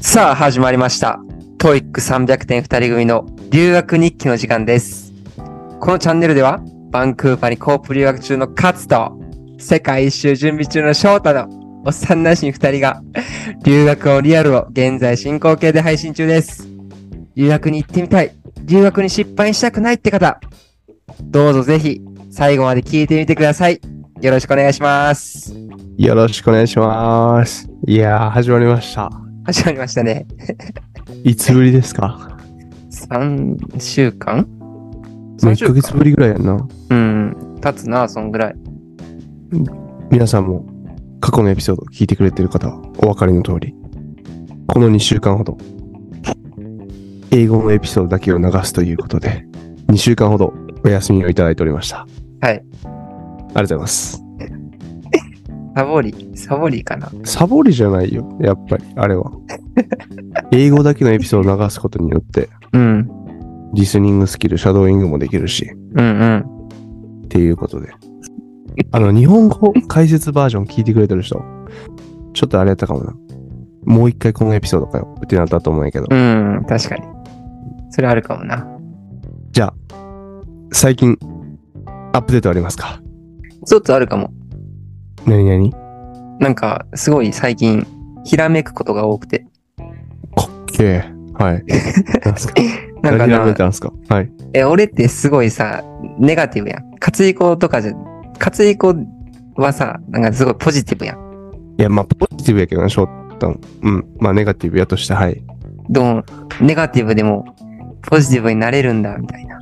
さあ、始まりました。トイック300点2人組の留学日記の時間です。このチャンネルでは、バンクーバーにコープ留学中のカツと、世界一周準備中の翔太の、おっさんなしに2人が、留学をリアルを現在進行形で配信中です。留学に行ってみたい。留学に失敗したくないって方、どうぞぜひ、最後まで聞いてみてください。よろしくお願いします。よろしくお願いします。いやー、始まりました。始まりましたね。いつぶりですか3週間 ?1 ヶ月ぶりぐらいやんな。うん。経つな、そんぐらい。皆さんも過去のエピソードを聞いてくれてる方はお分かりの通り、この2週間ほど、英語のエピソードだけを流すということで、2週間ほどお休みをいただいておりました。はいありがとうございます。サボリ、サボリかな。サボりじゃないよ、やっぱり、あ れは。英語だけのエピソードを流すことによって、うん。リスニングスキル、シャドーイングもできるし、うんうん。っていうことで。あの、日本語解説バージョン聞いてくれてる人、ちょっとあれやったかもな。もう一回このエピソードかよってなったと思うんやけど、うん、確かに。それあるかもな。最近、アップデートありますかちょっとあるかも。何々なんか、すごい最近、ひらめくことが多くて。かっけえ。はい。なんすか なんか何やめな、たんすかはい。え、俺ってすごいさ、ネガティブやん。活意向とかじゃ、活意向はさ、なんかすごいポジティブやん。いや、まあ、ポジティブやけどな、翔太ん。うん。まあ、ネガティブやとして、はい。 どうネガティブでも、ポジティブになれるんだ、みたいな。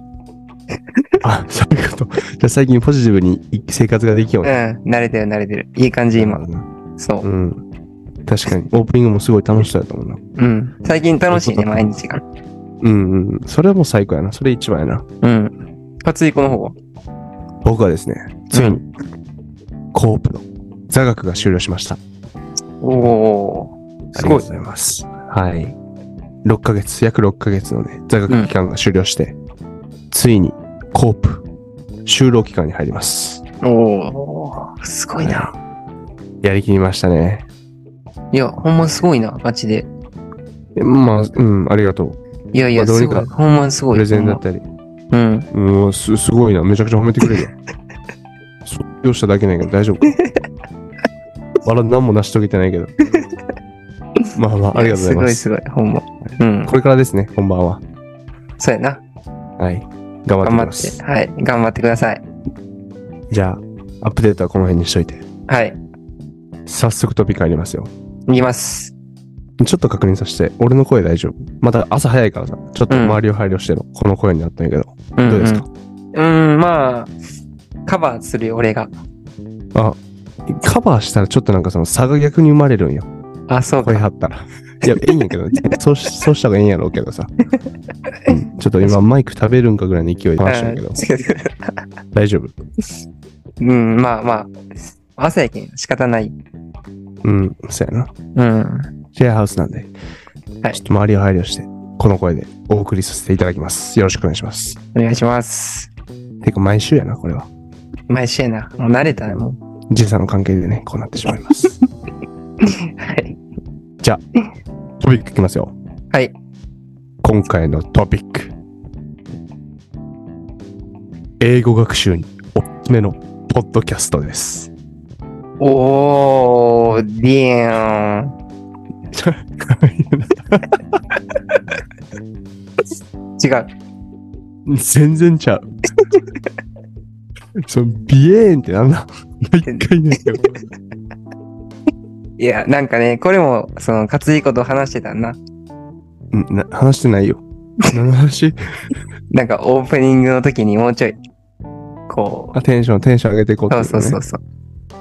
あ、そういうこと。じゃあ最近ポジティブに生活ができようね。うん、慣れてる慣れてる。いい感じ、今。そうう。ん。確かに。オープニングもすごい楽しそうやったもんな。うん。最近楽しいね、毎日が。うんうん。それはもう最高やな。それ一番やな。うん。活意向の方は僕はですね、ついに、コープの座学が終了しました。おお、すありがとごういご。ざいます。はい。6ヶ月、約6ヶ月のね、座学期間が終了して、ついに、コープ、就労期間に入ります。おお、すごいな。やりきりましたね。いや、ほんますごいな、ガチで。えまあ、うん、ありがとう。いやいまや、あどうすにごかい。ほんますごい。プレゼンだったり。ほんまうん。うん、す、すごいな。めちゃくちゃ褒めてくれ るよ。卒業しただけなんやけど大丈夫かまだ何も成し遂げてないけど。まあまあ、ありがとうございます。すごいすごい、ほんま。うん。これからですね、本番は。そうやな。はい。頑張っ頑てみ張まって。す。はい。頑張ってください。じゃあ、アップデートはこの辺にしといて。はい。早速トピックありますよ。いきます。ちょっと確認させて、俺の声大丈夫また朝早いからさ、ちょっと周りを配慮しての、この声になったんやけど、うん、どうですかうん、うん、まあ、カバーするよ、俺が。カバーしたらちょっとなんかその差が逆に生まれるんよ。あ、そう声か。張ったら。 いや、いいんやけど、そうしそうした方がいいんやろうけどさ。うんちょっと今マイク食べるんかぐらいの勢いで話したんやけど、大丈夫うん、まあまあ。朝やけん、仕方ない。うん、そうやな。うん。シェアハウスなんで、はいちょっと周りを配慮して、この声でお送りさせていただきます。よろしくお願いします。お願いします。てか、毎週やな、これは。毎週やな。もう慣れたらもう。時差の関係でね、こうなってしまいます。はい。 トピックいきますよ。はい。今回のトピック。英語学習におすすめのポッドキャストです。おー、ディーン。違う。全然ちゃう。 そのビエーンってなんだ毎回ね。いや、なんかね、これも、その、勝井こと話してたな。うんな話して ないよ。何の話なんか、オープニングの時にもうちょい、こう、あテンション、テンション上げていこうってそこうとねそうそう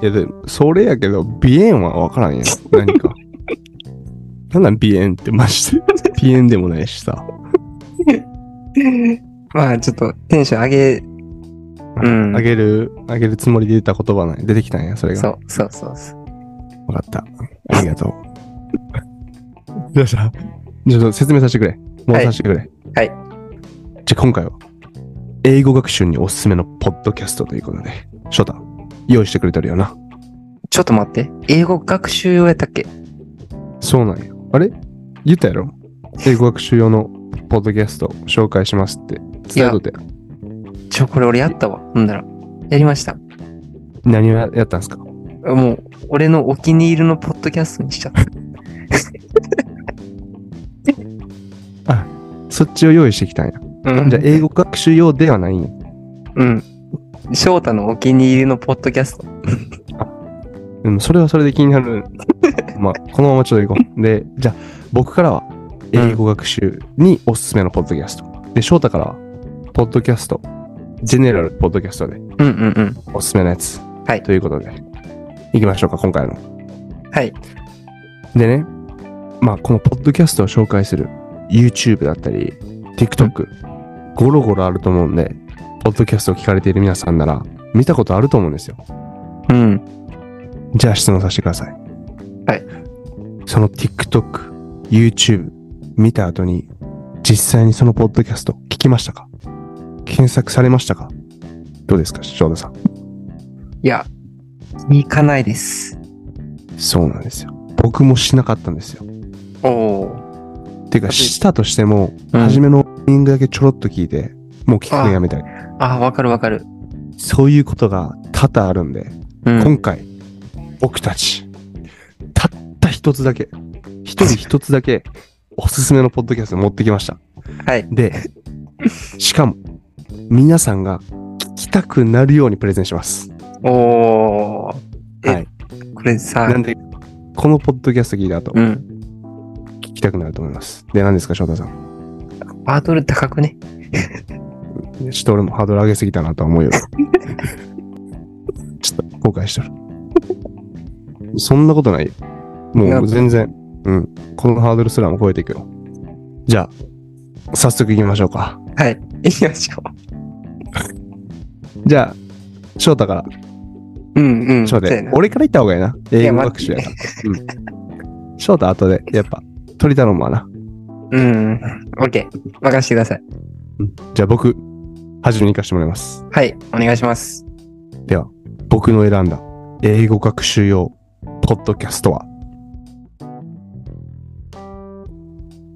そう。いやでも、それやけど、鼻炎はわからんやん。何か。なんなん鼻炎ってマジで。 鼻炎でもないしさ。まあ、ちょっと、テンション上げ、うんあげる、あげるつもりで出た言葉ない。出てきたんや、それそうが。そうそうそう。わかった。ありがと う。じゃあさ、ちょっと説明させてくれ。もうさせてくれ。はいじゃあ今回は、英語学習におすすめのポッドキャストということで、翔太、用意してくれてるよな。ちょっと待って。英語学習用やったっけそうなんや。あれ言ったやろ英語学習用のポッドキャスト紹介しますって伝えとってちょ、これ俺やったわ。ほんなら。やりました。何をやったんですかもう、俺のお気に入りのポッドキャストにしちゃった。そっちを用意してきたんや。うん。じゃあ英語学習用ではないんや。うん。翔太のお気に入りのポッドキャスト。でもそれはそれで気にな る。まあ、このままちょっと行こう。で、じゃあ僕からは英語学習におすすめのポッドキャスト。で、翔太からはポッドキャスト、ジェネラルポッドキャストでうんうんうん。おすすめのやつ。はいということで、行きましょうか、今回の。はい。でね、まあ、このポッドキャストを紹介する YouTube だったり、TikTok、ゴロゴロあると思うんで、ポッドキャストを聞かれている皆さんなら、見たことあると思うんですよ。うん。じゃあ質問させてください。はい。その TikTok、YouTube 見た後に、実際にそのポッドキャスト聞きましたか検索されましたかどうですか、翔太さん。いや、行かないです。そうなんですよ。僕もしなかったんですよ。おお。ていうだか、ってしたとしても、うん初めのオープニングだけちょろっと聞いて、もう聞くのやめたり。あ、わかるわかる。そういうことが多々あるんで、うん。今回、僕たち、たった一つだけ、一人一つだけ、おすすめのポッドキャスト持ってきました。はい。で、しかも、皆さんが聞きたくなるようにプレゼンします。おお。え、はいこれさな、んで、このポッドキャスト聞いた後、うん。聞きたくなると思います。で、何ですか、翔太さん。ハードル高くね。ちょっと俺もハードル上げすぎたなとは思 うよ。ちょっと後悔してる。そんなことないよ。いもやう全然、うん。このハードルすらも超えていくよ。じゃあ、早速行きましょうか。はい。行きましょじゃあ、翔太から、う。うんうん。翔そう太や、な俺から言った方がいいな。や英語学習やから。うん翔太後で、やっぱ、取り頼むわな。うん。オッケー。任せてください。じゃあ僕、初めに行かせてもらいます。はい。お願いします。では、僕の選んだ英語学習用ポッドキャストは、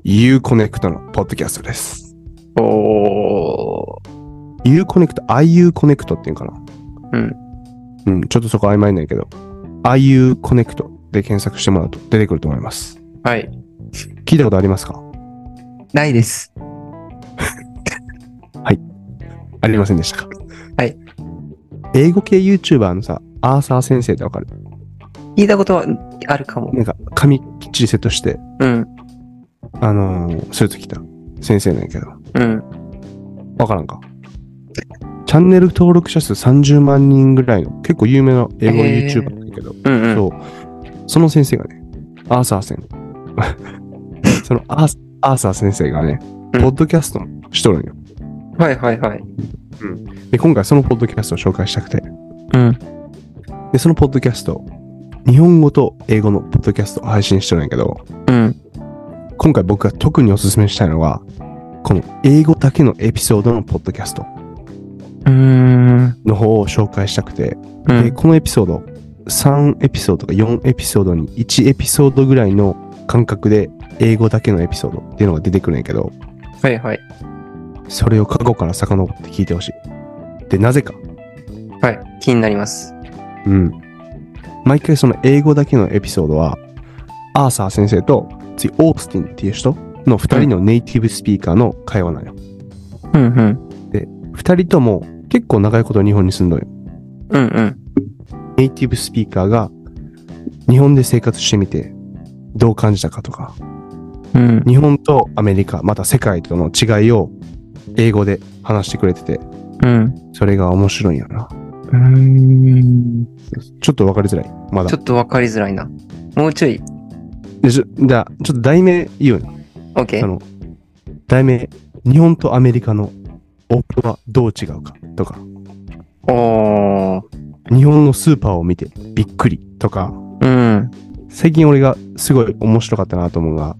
UConnect のポッドキャストです。おお。 UConnect、IUConnect っていうのかなうん。うん、ちょっとそこ曖昧なんやけど、IUConnect で検索してもらうと出てくると思います。はい。聞いたことありますかないです。ありませんでしたかはい。英語系 YouTuber のさ、アーサー先生ってわかる聞いたことはあるかも。なんか髪きっちりセットして、うん。あのースーツ着た先生なんやけど、うん。わからんか。チャンネル登録者数30万人ぐらいの結構有名な英語のへー YouTuber なんだけど、うんうん。そう。その先生がね、アーサー先 そのアーアーサー先生がね、うんポッドキャストしとるんよ。はいはいはい。で、今回そのポッドキャストを紹介したくて、うん。で、そのポッドキャスト、日本語と英語のポッドキャストを配信しとるんやけど、うん。今回僕が特におすすめしたいのが、この英語だけのエピソードのポッドキャストうん。の方を紹介したくて、うでん。このエピソード3エピソードとか4エピソードに1エピソードぐらいの感覚で英語だけのエピソードっていうのが出てくるんやけどはいはい。それを過去から遡って聞いてほしいでなぜかはい。気になります。うん毎回その英語だけのエピソードはアーサー先生と次オースティンっていう人の2人のネイティブスピーカーの会話なんようんうん。 2人とも結構長いこと日本に住んどるうんうん。ネイティブスピーカーが日本で生活してみてどう感じたかとかうん。日本とアメリカまた世界との違いを英語で話してくれててうん。それが面白いんやなうん。ちょっと分かりづらいまだちょっとわかりづらいな。もうちょい。でしょじゃあちょっと題名言うよ OK あ。の題名日本とアメリカのオープはどう違うかとかおー。日本のスーパーを見てびっくりとかうん。最近俺がすごい面白かったなと思うのが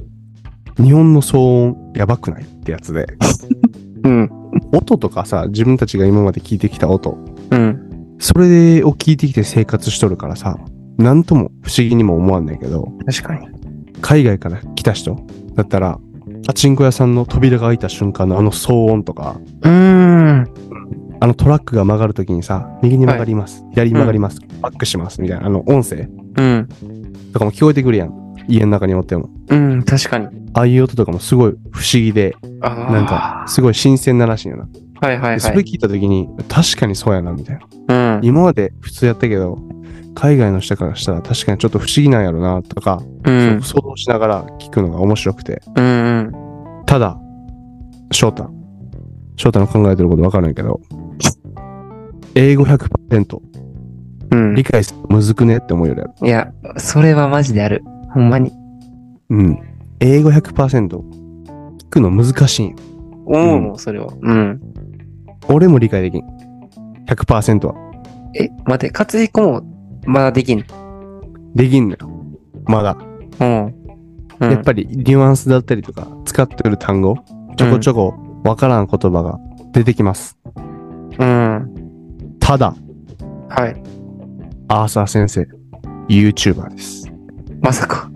日本の騒音やばくないってやつでうん。音とかさ自分たちが今まで聞いてきた音うん。それを聞いてきて生活しとるからさ、なんとも不思議にも思わんねんけど、確かに。海外から来た人だったら、パチンコ屋さんの扉が開いた瞬間のあの騒音とか、うーん。あのトラックが曲がるときにさ、右に曲がります、左に曲がります、バックします、みたいな、あの音声うん。とかも聞こえてくるやん。家の中におっても。うん、確かに。ああいう音とかもすごい不思議で、あーなんか、すごい新鮮ならしいよな。はいはいでそはれい。聞いたときに、確かにそうやな、みたいな。うん。今まで普通やったけど、海外の人からしたら確かにちょっと不思議なんやろな、とか、うん。想像しながら聞くのが面白くて。うん。うん。ただ、翔太。翔太の考えてることわからないけど、英語100%うん理解するのむずくねって思うよりある。いや、それはマジである。ほんまに。うん。英語100%聞くの難しいんよ思ううんもん、それは。うん。俺も理解できん。100%は。え、待って、勝彦もまだできん。できんのよ。まだ。うん。うんやっぱりニュアンスだったりとか、使ってる単語、ちょこちょこわからん言葉が出てきます。うん。ただ、はい。アーサー先生、YouTuber です。まさか。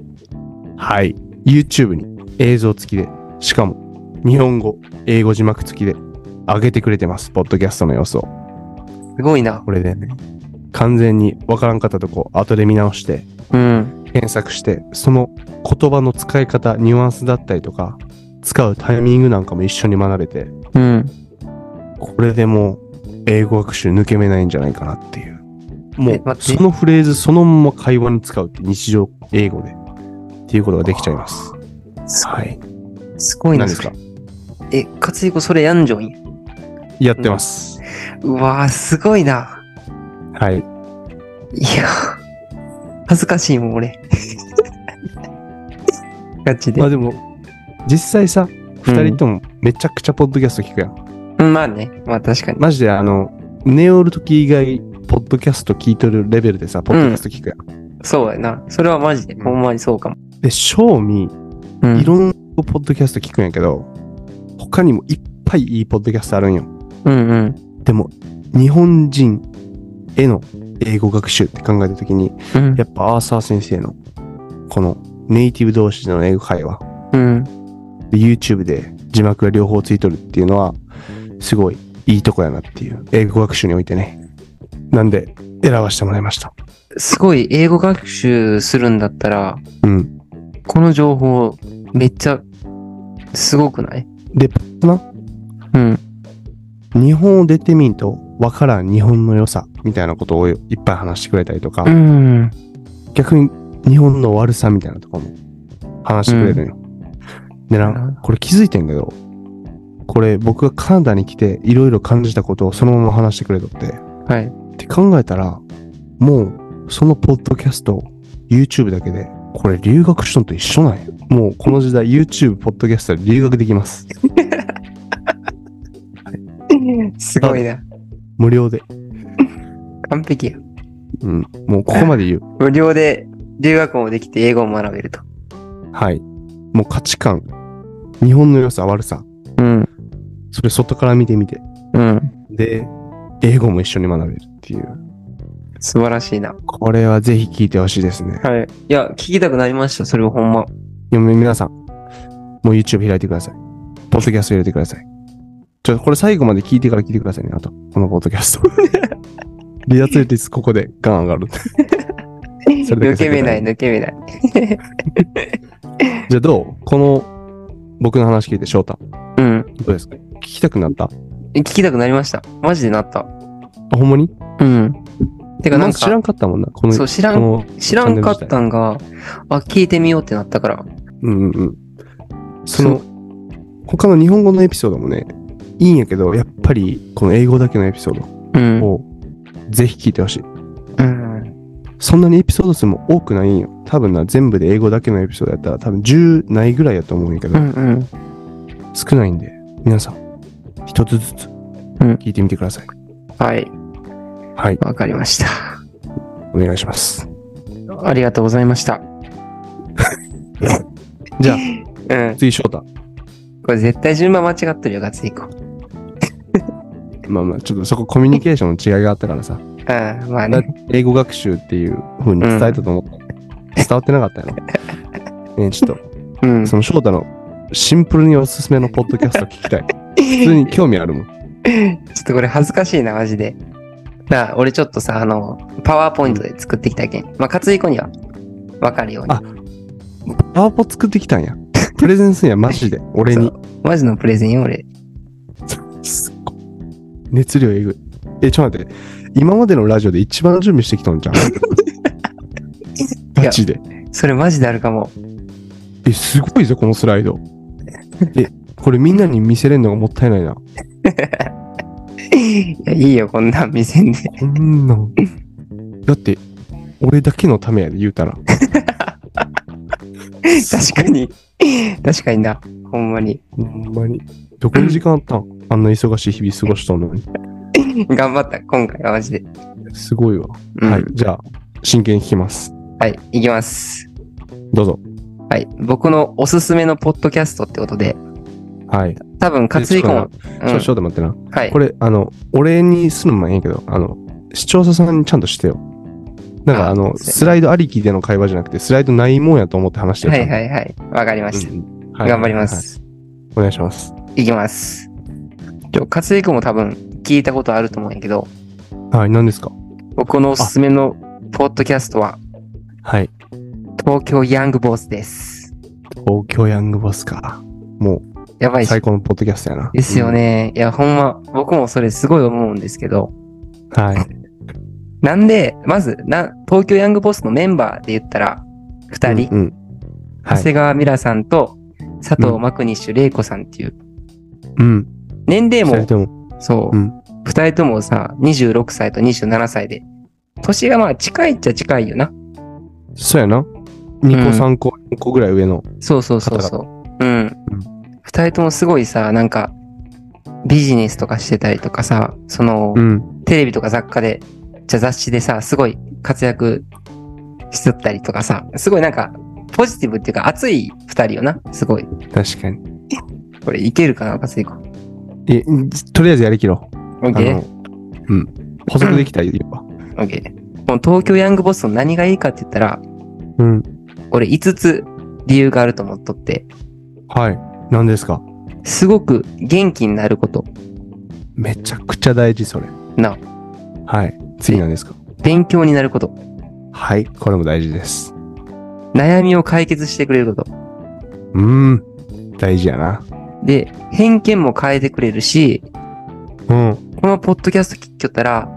はい。YouTube に映像付きで、しかも、日本語、英語字幕付きで、上げてくれてます。ポッドキャストの様子を。すごいな。これで、完全にわからんかったとこ、後で見直して、うん。検索してその言葉の使い方ニュアンスだったりとか使うタイミングなんかも一緒に学べてうん。これでもう英語学習抜け目ないんじゃないかなっていうもえう待ってそのフレーズそのまま会話に使うって日常英語でっていうことができちゃいますすご。はいいすごいな。何ですかそれえ、勝彦それやんじょんや。やってます、うわー、すごいな。はいいや、恥ずかしいもん、 俺。ガチでまあ。でも実際さ2人ともめちゃくちゃポッドキャスト聞くやん、うんまあね。まあ確かに。マジであの寝おる時以外ポッドキャスト聞いとるレベルでさポッドキャスト聞くやん、そうやな。それはマジで、うんほんまにそうかも。で賞味うんいろんなポッドキャスト聞くんやけど、他にもいっぱいいいポッドキャストあるんよ。うんうん。でも、日本人への英語学習って考えたときに、うんやっぱアーサー先生の、このネイティブ同士の英語会話、うん。で YouTube で字幕が両方ついとるっていうのは、すごいいいとこやなっていう、英語学習においてね。なんで、選ばせてもらいました。すごい、英語学習するんだったら、うん。この情報、めっちゃ、すごくないで、パッとな、うん。日本を出てみんと、わからん日本の良さみたいなことをいっぱい話してくれたりとか、うん。逆に日本の悪さみたいなとこも話してくれるんよ。でな、これ気づいてんけど、これ僕がカナダに来ていろいろ感じたことをそのまま話してくれとって。はい。って考えたら、もうそのポッドキャスト、YouTube だけで、これ留学しとんと一緒なんや。もうこの時代 YouTube、ポッドキャストで留学できます。すごいな。無料で。完璧や。うん。もうここまで言う。無料で、留学もできて、英語も学べると。はい。もう価値観。日本の良さ、悪さ。うん。それ外から見てみて。うん。で、英語も一緒に学べるっていう。素晴らしいな。これはぜひ聞いてほしいですね。はい。いや、聞きたくなりました。それはほんま。でも皆さん、もう YouTube 開いてください。ポッドキャスト入れてください。ちょ、これ最後まで聞いてから聞いてくださいね、あと。このポッドキャスト。 リアツイティスここでガン上がる。それだ抜けけ避け目たないい、抜け目ない。じゃあどうこの、僕の話聞いて、翔太。うん。どうですか聞きたくなった聞きたくなりました。マジでなった。あ、ほんまにうん。てか、なんまず知らか、んかったもんな。この、そう、知らんこの知らんかったんが、あ、聞いてみようってなったから。うんうんうん。その、他の日本語のエピソードもね、いいんやけど、やっぱり、この英語だけのエピソードうん。を、ぜひ聞いてほしい。うん。そんなにエピソード数も多くないんよ。多分な、全部で英語だけのエピソードやったら、多分10ないぐらいやと思うんやけど、うんうん。少ないんで、皆さん、一つずつ、ん聞いてみてください。はい。はい、わかりました。お願いします。ありがとうございました。じゃあ、うん。次、翔太。これ絶対順番間違ってるよ、ガツイコ。うん。まあまあ、ちょっとそこコミュニケーションの違いがあったからさ、まあだね。 英語学習っていう風に伝えたと思った。伝わってなかったよな。ね、ちょっうんと、その翔太のシンプルにおすすめのポッドキャスト聞きたい。普通に興味あるもん。ちょっとこれ恥ずかしいな、マジで。なあ、俺ちょっとさ、あの、パワーポイントで作ってきたけん。まあ、活子には分かるように。あパワポ作ってきたんや。プレゼンすんや、マジで。俺にそ。うマジのプレゼンよ、俺。すっごい熱量えぐい。え、ちょっと待って。今までのラジオで一番準備してきたん じゃん。ガチで。それマジであるかも。え、すごいぞ、このスライド。え、これみんなに見せれんのがもったいないな。いや、いいよ、こんなん見 せんで。こんなん。だって、俺だけのためやで、言うたら。確かに。確かにな。ほんまに。ほんまに。どこに時間あったんあんな忙しい日々過ごしたのに。頑張った、今回はマジで。すごいわ。うん、はい。じゃあ、真剣に聞きます。はい、いきます。どうぞ。はい、僕のおすすめのポッドキャストってことで、はい。多分、活子も。ちょ、ちょ、ょっと待ってな。はいこ。れ、あの、俺にするのもいいけど、あの、視聴者さんにちゃんとしてよ。なんか、ああの、そうやスライドありきでの会話じゃなくて、スライドないもんやと思って話してる。はいはいはい。わかりました。うんはい頑張りまはいす。お願いします。いきます。ちょ、活躍も多分聞いたことあると思うんやけど、はい、何ですか僕のおすすめのポッドキャストは、はい。東京ヤングボースです。東京ヤングボスか。もやばう、いっしょ最高のポッドキャストやな。ですよね。いや、ほんま、僕もそれすごい思うんですけど、うん。はい。なんで、まず、な、東京ヤングボースのメンバーで言ったら、二人、うんうん。は長い。谷川ミラさんと、佐藤マクニッシュ玲子さんっていう、うん。年齢それも、とも、そううん、二人ともさ、26歳と27歳で、年がまあ近いっちゃ近いよな。そうやな。2個、3個、4個ぐらい上の。そうそうそうそう。うん。二、人ともすごいさ、なんか、ビジネスとかしてたりとかさ、その、ん。テレビとか雑貨で、じゃあ雑誌でさ、すごい活躍しとったりとかさ、すごいなんか、ポジティブっていうか、熱い二人よな。すごい。確かに。これ、いけるかな、パスリコ。オえ、とりあえずやりきろう。ッあケーの、うん。補足できたらいいよ。オッケー。この東京ヤングボスの何がいいかって言ったら、うん。俺5つ理由があると思っとって、はい。何ですかすごく元気になること。めちゃくちゃ大事、それ。な、はい。次何ですか勉強になること。はい。これも大事です。悩みを解決してくれること。うーん。大事やな。で、偏見も変えてくれるし、うん。このポッドキャスト聞きよったら、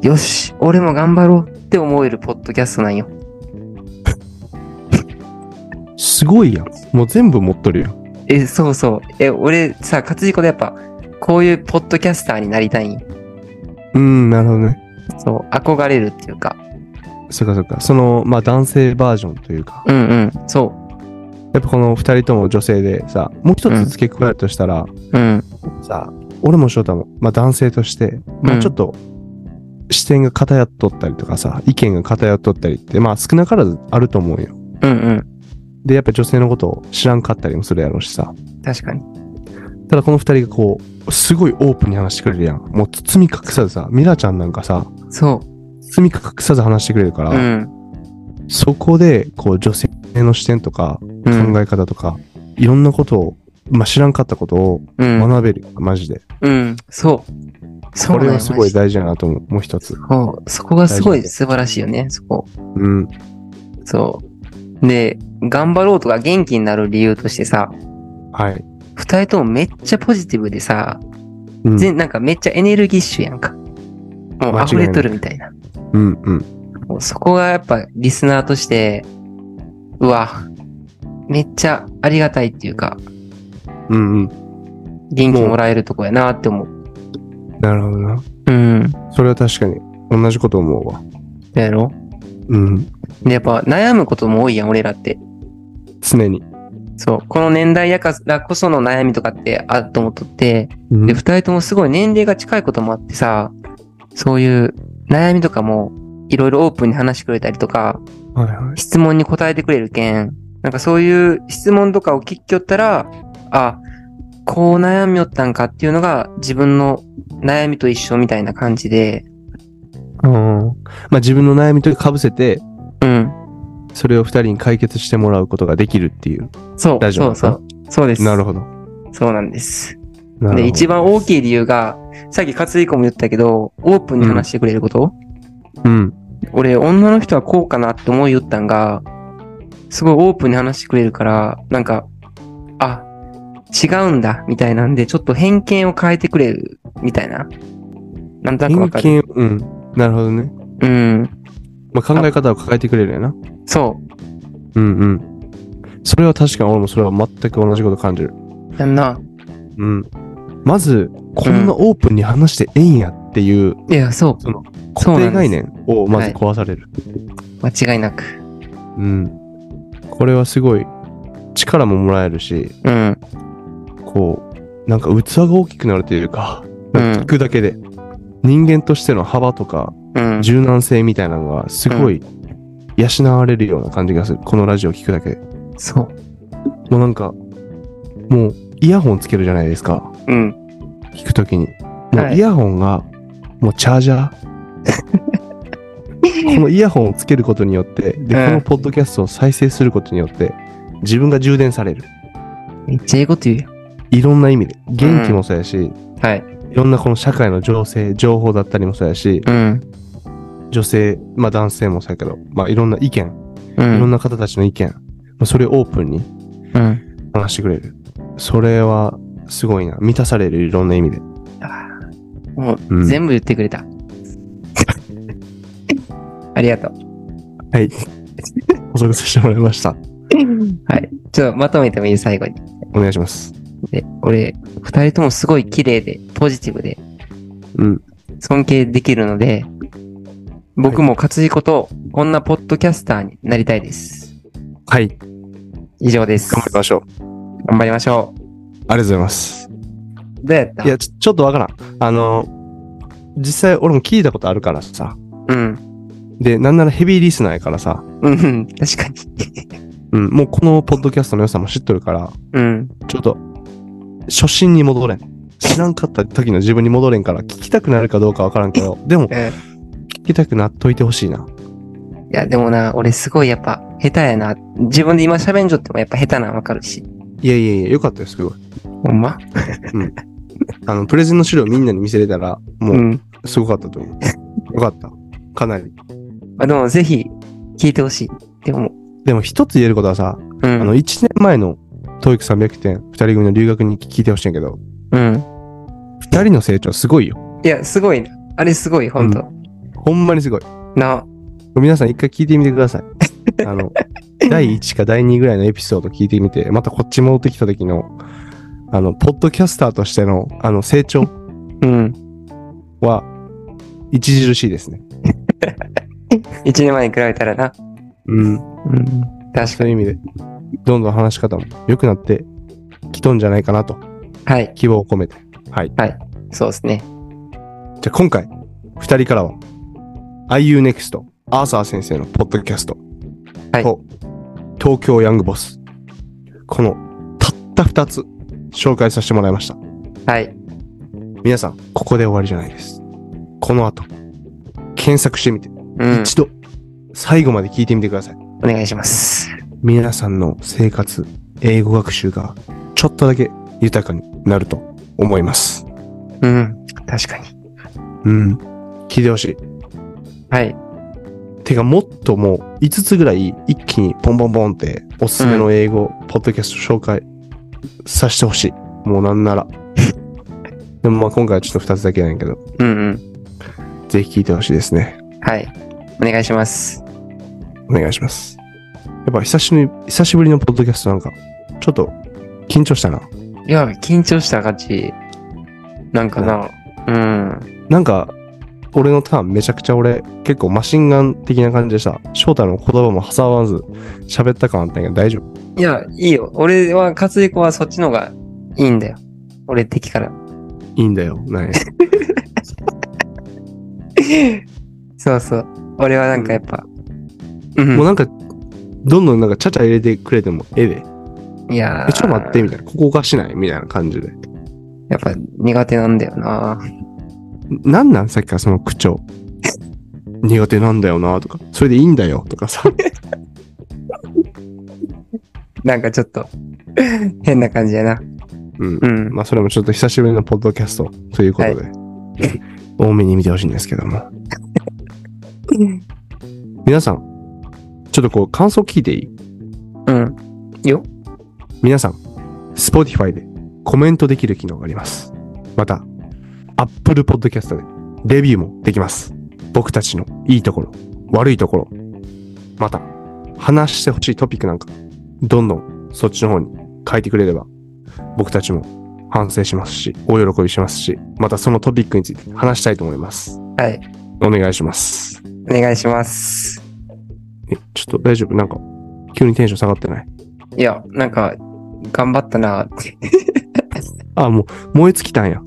よし、俺も頑張ろうって思えるポッドキャストなんよ。すごいやん。もう全部持っとるやん。え、そうそう。え、俺さ、活字子でやっぱ、こういうポッドキャスターになりたいんよ。うん、なるほどね。そう、憧れるっていうか。そっかそっか。その、まあ男性バージョンというか、うんうん、そやっぱこの二人とも女性でさ、もう一つ付け加えるとしたら、う。うん、さ、俺も翔太も、まあ男性として、まうあんちょっと、視点が偏っとったりとかさ、意見が偏っとったりって、まあ少なからずあると思うよ。うんうん。で、やっぱ女性のことを知らんかったりもするやろうしさ。確かに。ただこの二人がこう、すごいオープンに話してくれるやん。もう包み隠さずさ、ミラちゃんなんかさ、そ包み隠さず話してくれるから、う。うん。そこで、こう、女性の視点とか、うん考え方とか、いろんなことを、まあ、知らんかったことをうん。学べるよ、マジで。うん。そう。そうこれなんよはすごマいジで大事だなと思う、もう一つ。そうそこがすごい素晴らしいよね、そこ。うん。そう。で、頑張ろうとか元気になる理由としてさ、はい。二人ともめっちゃポジティブでさ、うん、全なんかめっちゃエネルギッシュやんか。もう間違いない溢れとるみたいな。うん、うん。もうそこがやっぱリスナーとして、うわ、めっちゃありがたいっていうか、うん、うん。元気もらえるとこやなって思う。なるほどな。うん。それは確かに、同じこと思うわ。やろうん。で、やっぱ悩むことも多いやん、俺らって。常に。そう。この年代やからこその悩みとかってあると思っとって、うんで、二人ともすごい年齢が近いこともあってさ、そういう悩みとかもいろいろオープンに話してくれたりとか、はいはい。質問に答えてくれるけん、なんかそういう質問とかを聞きよったら、あ、こう悩みよったんかっていうのが自分の悩みと一緒みたいな感じで、うん。まあ、自分の悩みとかぶせて、うん、それを2人に解決してもらうことができるっていう。そう、大丈そ夫うそう。そうです。なるほど。そうなんです。なるほどで、一番大きい理由が、さっき勝彦も言ったけど、オープンに話してくれること、うん。俺、女の人はこうかなって思いよったんが、すごいオープンに話してくれるから、なんか、あ、違うんだ、みたいなんで、ちょっと偏見を変えてくれる、みたいな。なんとなくわ偏かる。見、うん。なるほどね。うん。まあ、考え方を抱えてくれるよな。そう。うんうん。それは確かに俺もそれは全く同じこと感じる。やんな。うん。まず、こんなオープンに話してええんやっていういや、そ固定そうなん概で念をまず壊される。う。間違いなく。うん。これはすごい力ももらえるし、うん。こう、なんか器が大きくなるというか、うん聞くだけで、人間としての幅とかうん。柔軟性みたいなのがすごい養われるような感じがする。このラジオ聞くだけで。そう。もうなんか、もうイヤホンつけるじゃないですか。うん。聞くときに。もはういイヤホンが、もうチャージャ ー。このイヤホンをつけることによって、で、うんこのポッドキャストを再生することによって、自分が充電される。めっちゃええこと言うやん。いろんな意味で。元気もそうやし、はい。いろんなこの社会の情勢、情報だったりもそうやし、うん。女性、まあ男性もそうやけど、まあいろんな意見、ういろんん。な方たちの意見、まあそれをオープンにうん。話してくれる。それはすごいな。満たされる、いろんな意味で。もうう、ん全部言ってくれ た。ありがとう。はい。補足させてもらいました。はい。ちょっとまとめてもいい最後に。お願いします。で、俺、二人ともすごい綺麗で、ポジティブで、うん。尊敬できるので、僕も勝彦と、こんなポッドキャスターになりたいです。はい。以上です。頑張りましょう。頑張りましょう。ありがとうございます。どうやったいや、ちょちょっとわからん。あの、実際俺も聞いたことあるからさ。うん。で、なんならヘビーリスナーやからさ。うん。確かに。うん。もうこのポッドキャストの良さも知っとるから、うん。ちょっと、初心に戻れん。知らんかった時の自分に戻れんから、聞きたくなるかどうかわからんけど、でも、え聞きたくなっといてほしいな。いや、でもな、俺すごいやっぱ、下手やな。自分で今喋んじょってもやっぱ下手なんわかるし。いやいやいや、よかったよ、すごい。ほんまあの、プレゼンの資料みんなに見せれたら、うもん。う、すごかったと思う。よかった。かなり。まあでもぜひ、聞いてほしい。でも、でも、一つ言えることはさ、うあの、ん。 1年前の、トイック300点、2人組の留学に聞いてほしいんやけど、うん。 2人の成長すごいよ。いや、すごいな。あれすごい、ほんと。ほんまにすごい。な、皆さん一回聞いてみてください。あの、第1か第2ぐらいのエピソード聞いてみて、またこっち戻ってきた時の、あの、ポッドキャスターとしての、あの、成長うん。は、著しいですね。一年前に比べたらな。うん。うん。確かそういう意味で、どんどん話し方も良くなってきとんじゃないかなと、に。はい。希望を込めて。はい。そうですね。じゃあ今回、二人からは、IUNEXT、アーサー先生のポッドキャストと、はい東京ヤングボス、このたった二つ紹介させてもらいました。はい。皆さん、ここで終わりじゃないです。この後、検索してみて、うん。一度、最後まで聞いてみてください。お願いします。皆さんの生活、英語学習が、ちょっとだけ豊かになると思います。うん。確かに。うん。聞いてほしい。はい。てかもっともう5つぐらい一気にポンポンポンっておすすめの英語、ポッドキャスト紹介させてほしい。もうなんなら。 でもまあ今回はちょっと2つだけなんやけど、うんうん。ぜひ聞いてほしいですね。はい。お願いします。お願いします。やっぱ久しぶり、久しぶりのポッドキャストなんか、ちょっと緊張したな。いや、緊張した感じ。なんかな。うん。なんか、俺のターンめちゃくちゃ俺、結構マシンガン的な感じでした。翔太の言葉も挟まず喋った感あったんやけど大丈夫。いや、いいよ。俺は、勝彦はそっちの方がいいんだよ。俺的から。いいんだよ。ない。 そうそう。俺はなんかやっぱ。うん。もうなんか、どんどんなんかちゃちゃ入れてくれてもええで。いやーえ、ちょっと待って、みたいな。ここおかしないみたいな感じで。んやっぱ苦手なんだよな。なんなんさっきから その口調。苦手なんだよなとか。それでいいんだよとかさ。なんかちょっと 変な感じやな。うんう。ん。まあ、それもちょっと久しぶりのポッドキャストということで、多めに見てほしいんですけども。皆さん、ちょっとこう、感想聞いていいうん。よ。皆さん、Spotify でコメントできる機能があります。また、Apple Podcast でレビューもできます。僕たちのいいところ、悪いところ、また、話してほしいトピックなんか、どんどんそっちの方に変えてくれれば、僕たちも反省しますし、お喜びしますし、またそのトピックについて話したいと思います。はい。お願いします。お願いします。え、ちょっと大丈夫なんか、急にテンション下がってないいや、なんか、頑張ったなって。あ、もう燃え尽きたんや。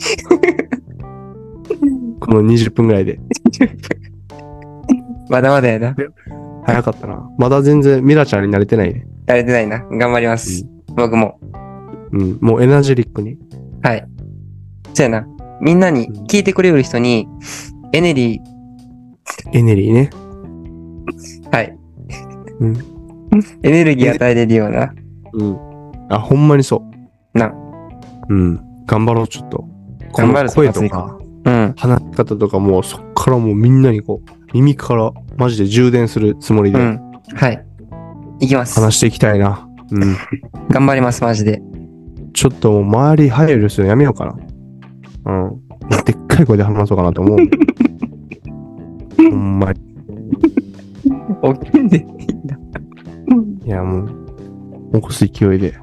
この20分ぐらいで。まだまだやな。早かったな。まだ全然ミラちゃんに慣れてないね。慣れてないな。頑張ります。僕も。うん。もうエナジェリックに。はい。そうやな。みんなに、聞いてくれる人に、エネリー、エネリーね。はい。うん。 エネルギー与えれるような。うん。あ、ほんまにそう。な。うん。頑張ろう、ちょっと。頑張るこの声とまずいか、うん。話し方とかもうそっからもうみんなにこう、耳からマジで充電するつもりうでん。はい。いきます。話していきたいな。うん。頑張ります、マジで。ちょっともう周り入る人やめようかな。うん。でっかい声で話そうかなと思う。ほんまに。起きんでいいんだ。いや、もう、起こす勢いで。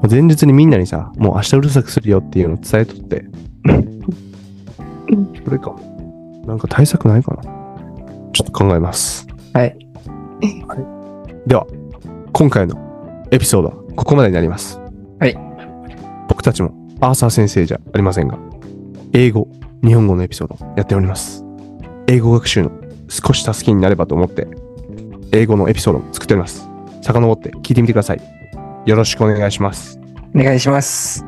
もう前日にみんなにさ、もう明日うるさくするよっていうのを伝えとって。それか。なんか対策ないかな。ちょっと考えます。はい。はいでは、今回のエピソードはここまでになります。はい。僕たちもアーサー先生じゃありませんが、英語、日本語のエピソードやっております。英語学習の少し助けになればと思って、英語のエピソードを作っております。遡って聞いてみてください。よろしくお願いします。お願いします。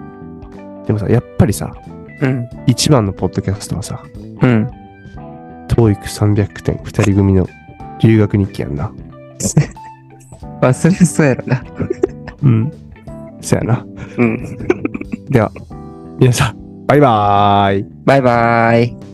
でもさ、やっぱりさ、うん。一番のポッドキャストはさ、うん。 TOEIC300 点、二人組の留学日記やんな。忘れそうやろな。うん。そやな。うん。では、皆さん、バイバーイ。バイバーイ。